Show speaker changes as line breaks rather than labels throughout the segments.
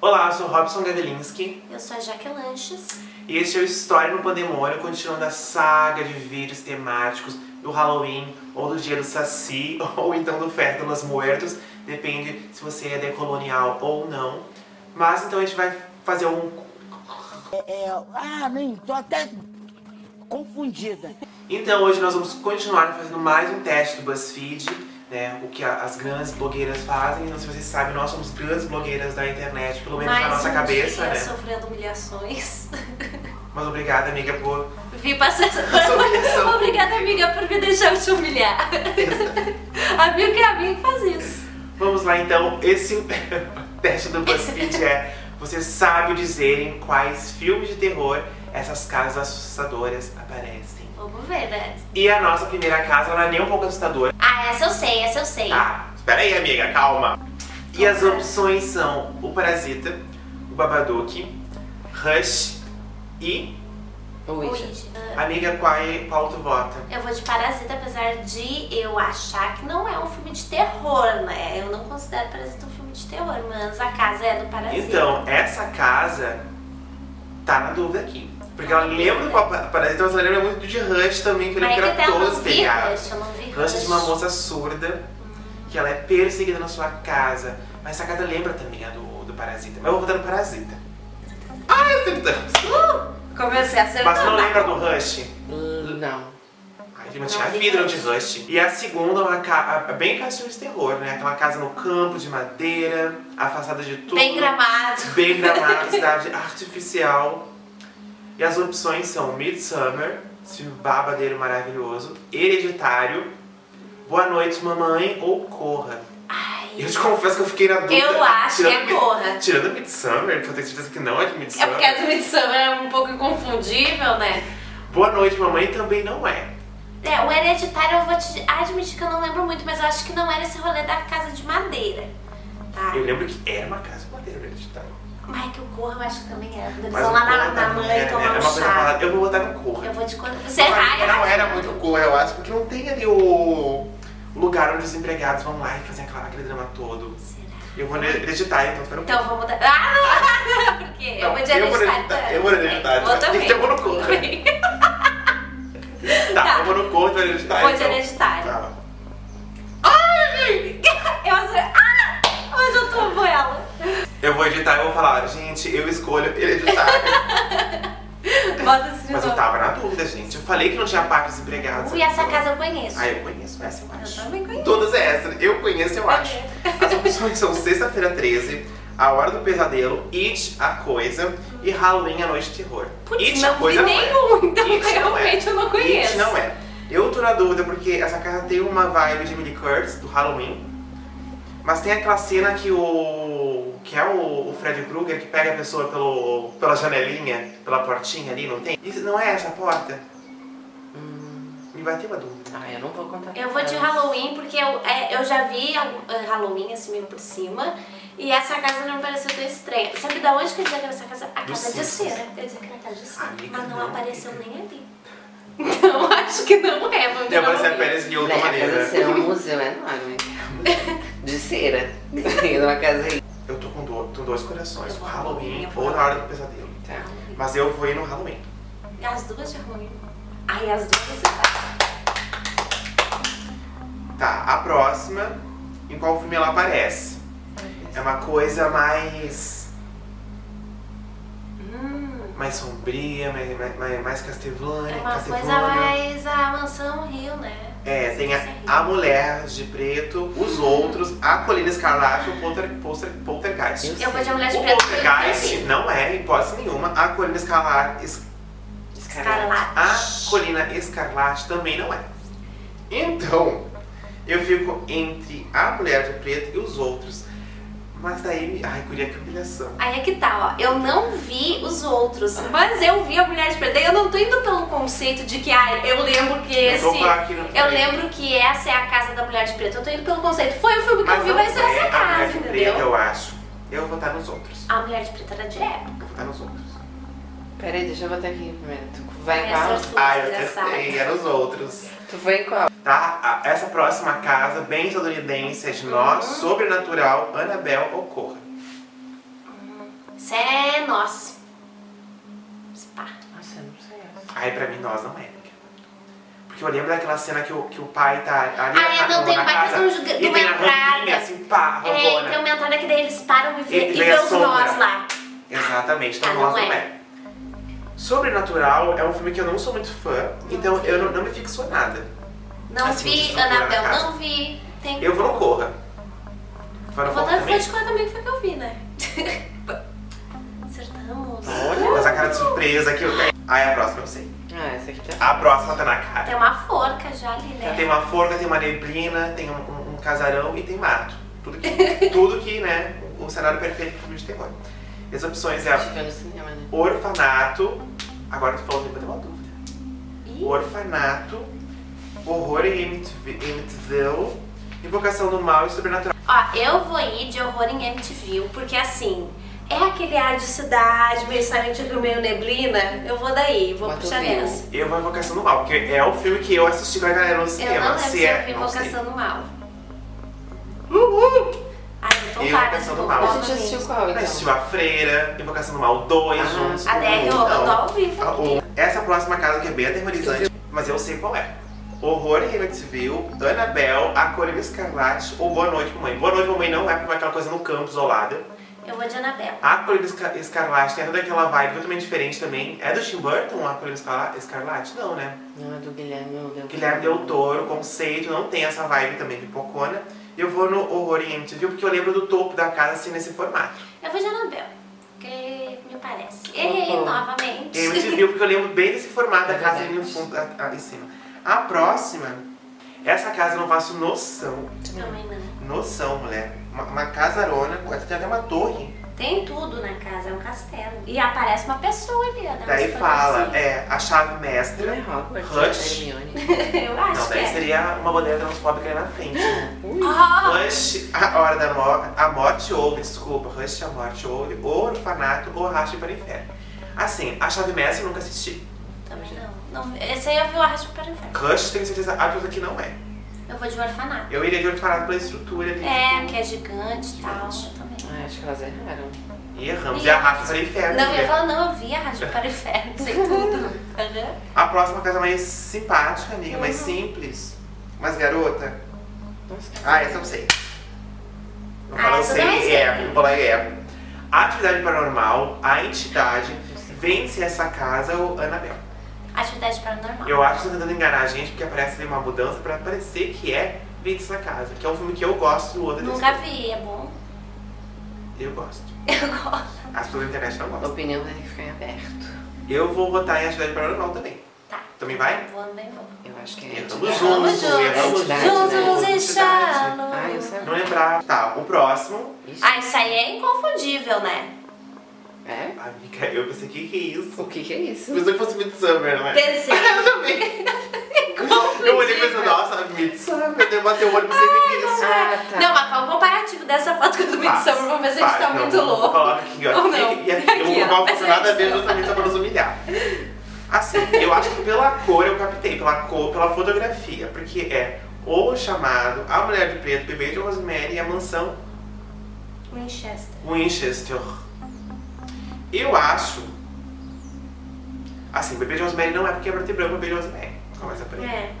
Olá, eu sou Robson Gadelinski
Eu sou a Jaque Lanches.
e este é o História no Pandemônio, continuando a saga de vídeos temáticos do Halloween, ou do dia do Saci, ou então do Feto nos Muertos, depende se você é decolonial ou não. Mas então a gente vai fazer um.
Ah, nem, tô até confundida.
Então hoje nós vamos continuar fazendo mais um teste do BuzzFeed, né? O que a- as grandes blogueiras fazem. Então, se vocês sabem, nós somos grandes blogueiras da internet, pelo menos na nossa
um
cabeça,
dia
né?
sofrendo humilhações.
Mas obrigada, amiga, por.
Vi passar essa...
Essa humilhação.
Obrigada, amiga, por me deixar te humilhar. amigo é amigo que faz isso.
Vamos lá então, esse teste do BuzzFeed é Vocês sabem dizer em quais filmes de terror essas casas assustadoras aparecem.
Vamos ver, né?
E a nossa primeira casa não é nem um pouco assustadora.
Ah, essa eu sei, essa eu sei.
Tá, espera aí amiga, calma. E as opções são o Parasita, o Babadook, Rush e...
Luigi.
Amiga, qual, é- qual tu vota?
Eu vou de Parasita, apesar de eu achar que não é um filme de terror, né? Eu não considero Parasita um filme de terror, mas a casa é do Parasita.
Então, essa casa tá na dúvida aqui. Porque ela lembra do Papa- Parasita, mas ela lembra muito de Rush também, que eu
Mas é
lembro
que
que
até
era
eu não
todas
vi
pegadas.
Rush, eu não vi
Rush é de uma moça surda que ela é perseguida na sua casa. Mas essa casa lembra também a do, do Parasita. Mas eu vou votar no Parasita. Ah, acertamos!
Comecei a acertar.
Mas tu não é lembra do Rush?
Não.
Ai, eu não
Não
tinha
vi
vidro de
Rush.
Rush. E a segunda é uma ca... a- bem caixinha de terror, né? Aquela casa no campo, de madeira, afastada de tudo. né?
Bem gramado.
Bem gramada, cidade artificial. E as opções são Midsummer, esse babadeiro maravilhoso, Hereditário, Boa Noite Mamãe ou Corra.
Ai.
Eu te confesso que eu fiquei na dúvida.
Eu acho que é
Mid-
Corra.
Tirando Midsummer, que eu tenho certeza que não é de
É
Midsummer.
porque a transmissão é um pouco inconfundível, né?
Boa Noite Mamãe também não é.
É, o hereditário eu vou te admitir que eu não lembro muito, mas eu acho que não era esse rolê da casa de madeira. Tá?
Eu lembro que era uma casa de madeira Hereditário.
Ai, que o corvo eu acho que também era. Eles
Mas
vão
o
lá
Corra
na, na
também
mãe
é, né?
tomar
É
um
uma coisa
chá.
falada. Eu vou botar no Corra.
é Eu vou te contar. Você né?
Mas
errar,
Não era muito Corra, eu acho, porque não tem ali o o lugar onde os empregados vão lá e fazem aquela- aquele drama todo. Eu vou hereditário, então eu quero
Então vou mudar. Ah, não! Por quê? Eu
Não,
vou de
eu vou
hereditário.
hereditar-
também.
eu vou hereditar,
Eu vou
então
também.
eu vou no Corra. Tá,
tá.
eu vou no Corra, então hereditário.
Vou de
então.
hereditário.
Tá.
Eu acertei. Ah! Hoje eu tô boela.
Eu vou editar e vou falar, gente, eu escolho hereditário.
Bota esse de
Mas eu
novo.
tava na dúvida, gente. Eu falei que não tinha parte dos empregados.
Ui, essa casa eu conheço.
Ah, eu conheço essa, eu acho.
também conheço.
Todas é essa. Eu conheço, eu acho. As opções são Sexta-feira 13, A Hora do Pesadelo, It, A Coisa e Halloween, é A Noite de Terror.
Putz,
It,
não
a
vi
coisa não é.
nenhum, então
It não é.
realmente eu não conheço.
It não é. Eu tô na dúvida porque essa casa tem uma vibe de Emily Curtis, do Halloween. Mas tem aquela cena que o... que é o, o Fred Krueger que pega a pessoa pelo, pela janelinha, pela portinha ali, não tem? Isso não é essa porta?
Hum.
Me bateu uma dúvida.
Ah, eu não vou contar.
Eu vou de Halloween porque eu, é, eu já vi al- eh, Halloween assim meio por cima e essa casa não me pareceu tão estranha. Sabe da onde que eu dizia que era essa casa? A casa de
Simpsons.
cera. Eu dizia que era a casa de cera,
Amiga,
mas não,
não,
apareceu
amiga.
nem ali. Então acho que não é, vamos de
Eu vou ser
Halloween.
apenas de outra maneira.
Deve é um museu enorme. De cera. Dentro uma casa aí.
Eu tô com, do- tô dois corações,
Eu
o
vou
Halloween
Halloween, eu vou
ou na hora do pesadelo.
Tá.
Mas eu vou ir no Halloween.
As duas de Halloween. Ai, as duas você tá.
Tá, a próxima, em qual filme ela aparece? É uma coisa mais.
Hum,
mais sombria, mais, mais, mais, mais castelvânia.
é uma coisa
castelvânia.
mais a mansão Rio, né?
É, tem a, a mulher de preto, os outros, a colina escarlate e o polter, polter, poltergeist.
Eu
Eu vou de a mulher de
O
preto. porque eu
poltergeist
entendi.
não é, em hipótese nenhuma, a colina escarlate. es- É.
Escarlate.
A Colina Escarlate também não é. Então, eu fico entre a Mulher de Preto e os outros. Mas daí, me- ai, curia, que humilhação.
Aí é que tá, ó. Eu não vi os outros, mas eu vi a Mulher de Preto. Daí Eu não tô indo pelo conceito de que, ah, eu lembro que esse.
eu vou falar aqui no
Eu lembro que essa é a casa da Mulher de Preto. Eu tô indo pelo conceito. Foi o filme que eu
Mas
vi,
não
vai ser
é
essa
a Mulher
casa,
de Preto, é
entendeu?
eu acho. Eu vou votar nos outros.
A Mulher de Preto era de época.
Eu vou votar nos outros.
Peraí, deixa eu botar aqui primeiro. Tu vai em qual?
né? Essas
Ah,
duas
eu
desgraçadas.
acertei, eram os outros.
Tu foi em qual?
Tá? A- Essa próxima casa, bem estadunidense, é de nós,
Uhum.
sobrenatural, Anabel ou Corra.
Isso é nós. Pá.
Nossa, eu não sei essa.
Aí pra mim, nós não é. né? Porque eu lembro daquela cena que o, que o pai tá ali
Ah,
na,
é, não, tem
na
o pai que
casa
tá num ju-
e
numa
tem a rampinha,
entrada.
assim, pá,
É, e
roubona.
tem uma entrada que daí eles param e vê,
Ele
e
vê
vê
a
os
sombra.
nós lá.
Exatamente, então
Ah,
nós
não
não
é.
é. Sobrenatural é um filme que eu não sou muito fã, então eu não, não me fixo em nada.
Não
Assim,
vi,
desculpa,
Anabel,
na casa.
não vi. Tem...
Eu vou no Corra. Vai no
vou
Corra
dar
também?
de cor também, que foi o que eu vi, né? Acertamos.
Olha, com essa cara de surpresa que eu caí. Aí a próxima eu sei.
Ah, essa aqui tá.
A próxima tá na cara.
Tem uma forca já ali, né?
Tem uma forca, tem uma neblina, tem um, um- um casarão e tem mato. Tudo que, tudo que né, o cenário perfeito pro filme de terror. E as opções é
A
a
gente viu no cinema, né?
orfanato. Agora tu falou, eu tenho uma dúvida.
Ih,
Orfanato, horror em Emmett- Emmett-Ville, invocação do mal e sobrenatural.
Ó, eu vou ir de horror em MTV, porque assim, é aquele ar de cidade, meio silent hill, meio neblina. Eu vou daí, vou
Bota o
puxar
vinho.
nessa.
Eu vou invocação do mal, porque é o filme que eu assisti com a galera no
Eu
cinema.
não lembro
se
se eu
é,
vi
não sei.
Invocação do Mal.
Uhul!
Ai, eu tô
Eu,
clara
Invocação
de
do Mal.
A
Invocação
gente assistiu qual,
Mas
então?
Assistiu a Freira, Invocação do Mal 2,
Ah,
juntos. um,
A DR,
Então,
eu, eu tô ao vivo.
Ah, o- Essa próxima casa que é bem aterrorizante, mas eu sei qual é. Horror em Emmetsville, Annabelle, A Colina Escarlate ou Boa Noite Mamãe. Boa Noite Mamãe não é porque é aquela coisa no campo, isolada.
Eu vou de Anabel.
A Colina Esca- Escarlate tem toda aquela vibe totalmente diferente também. É do Tim Burton a Colina Escala- Escarlate? Não, né?
Não, é do Guilherme. Del Toro.
Guilherme Del Toro, conceito, não tem essa vibe também de pocona. Eu vou no Horror em Amityville porque eu lembro do topo da casa assim nesse formato.
Eu vou de Anabel, porque me parece.
Tá
Errei
bom.
novamente.
Em Amityville porque eu lembro bem desse formato da
É
casa ali
verdade.
no fundo, a- a- em cima. A próxima, essa casa eu não faço noção,
Também não.
noção, mulher. Uma, uma casarona, essa tem até uma torre.
Tem tudo na casa, é um castelo. E aparece uma pessoa ali, né?
Daí
Mas
fala,
assim,
é, a chave
Não é
mestra.
Hogwarts,
Rush.
é Hermione.
Eu acho
Não,
que
daí
é.
seria uma bandeira transfóbica ali na frente, né?
Ah,
Rush, a hora da morte, a morte ouve, desculpa, Rush, a morte ouve, ou orfanato, ou racha para o inferno. Assim, a chave mestre eu nunca assisti.
também não. não. Esse aí eu vi o Arrasto para o Inferno.
Rush, tenho certeza absoluta que não é.
Eu vou de orfanato.
Eu iria de orfanato pela estrutura ali.
É, que é gigante e tal. Eu também.
Ah, acho que elas erraram.
E erramos, e a racha para o inferno.
Não, eu
né?
ia falar, não, eu vi Arrasto para o Inferno, sei tudo. Aham.
A próxima casa mais simpática, amiga, mais
Uhum.
simples. Mas garota,
Nossa, que
ah, essa eu sei. Não
Ah,
fala eu
essa eu também
sei,
sei.
é, não falar é. Atividade paranormal, a entidade, vence essa casa ou Anabel.
Atividade paranormal.
Eu acho que tá tentando enganar a gente, porque aparece ali uma mudança pra parecer que é Vintes na Casa, que é um filme que eu gosto e o outro é
Nunca vi, é bom.
Eu gosto.
Eu gosto.
As pessoas da internet não
A
gostam.
opinião tem que ficar em aberto.
Eu vou votar em Atividade Paranormal também.
Tá.
Também vai?
Vou também vou.
Eu acho que é.
Então,
entidade.
Vamos juntos,
Vamos
vamos
né?
juntos.
juntos
Entidade.
e chama.
Ah, eu sei.
Não lembrar. Tá, o próximo.
Ixi.
Ah, isso aí é inconfundível, né?
É?
Amiga, eu pensei, o que, que é isso?
O que que é isso?
Pensei que fosse Midsummer, né?
Pensei.
Eu também. Eu olhei e pensei, nossa, Midsummer. Daí Eu bati o olho e pensei, o que, que é isso?
Ah, tá.
Não, mas fala um comparativo dessa foto com a do Midsummer, vamos ver se a gente
Faz,
tá
não,
muito
vou
louco.
Coloca aqui, ó.
Ou
E-
não.
E aqui, eu vou
Aqui, ó.
colocar uma foto
Essa é
nada a ver
edição.
justamente só pra nos humilhar. Assim, eu acho que pela cor eu captei, pela cor, pela fotografia, porque é o chamado, a mulher de preto, bebê de Rosemary e a mansão
Winchester.
Winchester. Eu acho. Assim, bebê de Rosemary não é porque é preto e branco, bebê de Rosemary. Começa por aí.
É.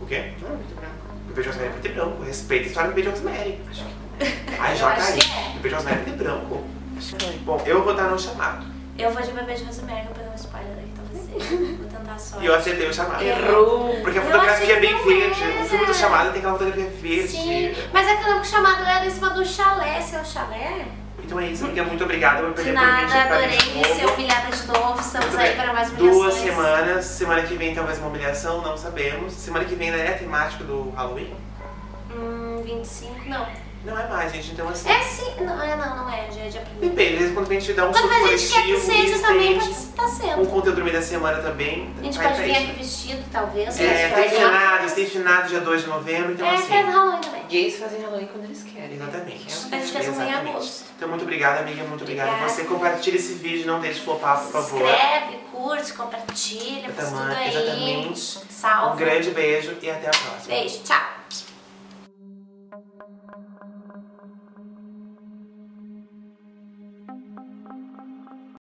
O quê?
Não, muito branco.
Bebê de Rosemary é preto e branco. Respeita a história do bebê de Rosemary.
Acho que não.
Ai,
Eu
joga
acho
aí.
que é.
Bebê de Rosemary é preto e branco.
Acho que foi.
Bom, eu vou votar no chamado.
Eu vou de bebê de Rosemary, vou pegar um spoiler daqui, então você. Vou tentar a
E eu
sorte.
acertei o chamado.
Errou.
Porque a
Eu
fotografia
achei
é
que
bem
não
verde.
era.
O filme do chamado tem aquela fotografia verde.
Sim, mas é que eu lembro que o chamado era em cima do chalé, seu chalé?
Então é isso, amiga. Muito obrigada por
De
perder por mim,
nada,
pra mim
adorei
de novo.
ser humilhada de novo, estamos
Muito
aí
bem.
para mais
Duas
humilhações.
semanas. Semana que vem talvez uma humilhação, não sabemos. Semana que vem ainda é a temática do Halloween?
Hum, 25, não.
Não é mais, gente. Então assim.
É sim, não é, não, não é, já é dia primeiro.
Depende, às vezes quando a gente dá um
Quando
surto
a gente quer que
coletivo,
seja também,
estende
pode tá
um
sendo.
conteúdo no meio da semana também.
A gente
vai
pode
pra
vir
isso.
aqui vestido, talvez.
É,
mas vai
tem
lá.
finados, tem finados dia 2 de novembro, então
É,
assim.
fez Halloween também.
gays fazem Halloween quando eles querem. né?
Exatamente.
Que é uma-
A gente fez um em
Exatamente.
agosto.
Então, muito obrigado, amiga. Muito obrigado.
Obrigada.
Você compartilha esse vídeo, não deixe flopar, por favor.
Escreve, curte, compartilha, faz tudo aí.
Exatamente.
Salva.
Um grande beijo e até a próxima.
Beijo, tchau.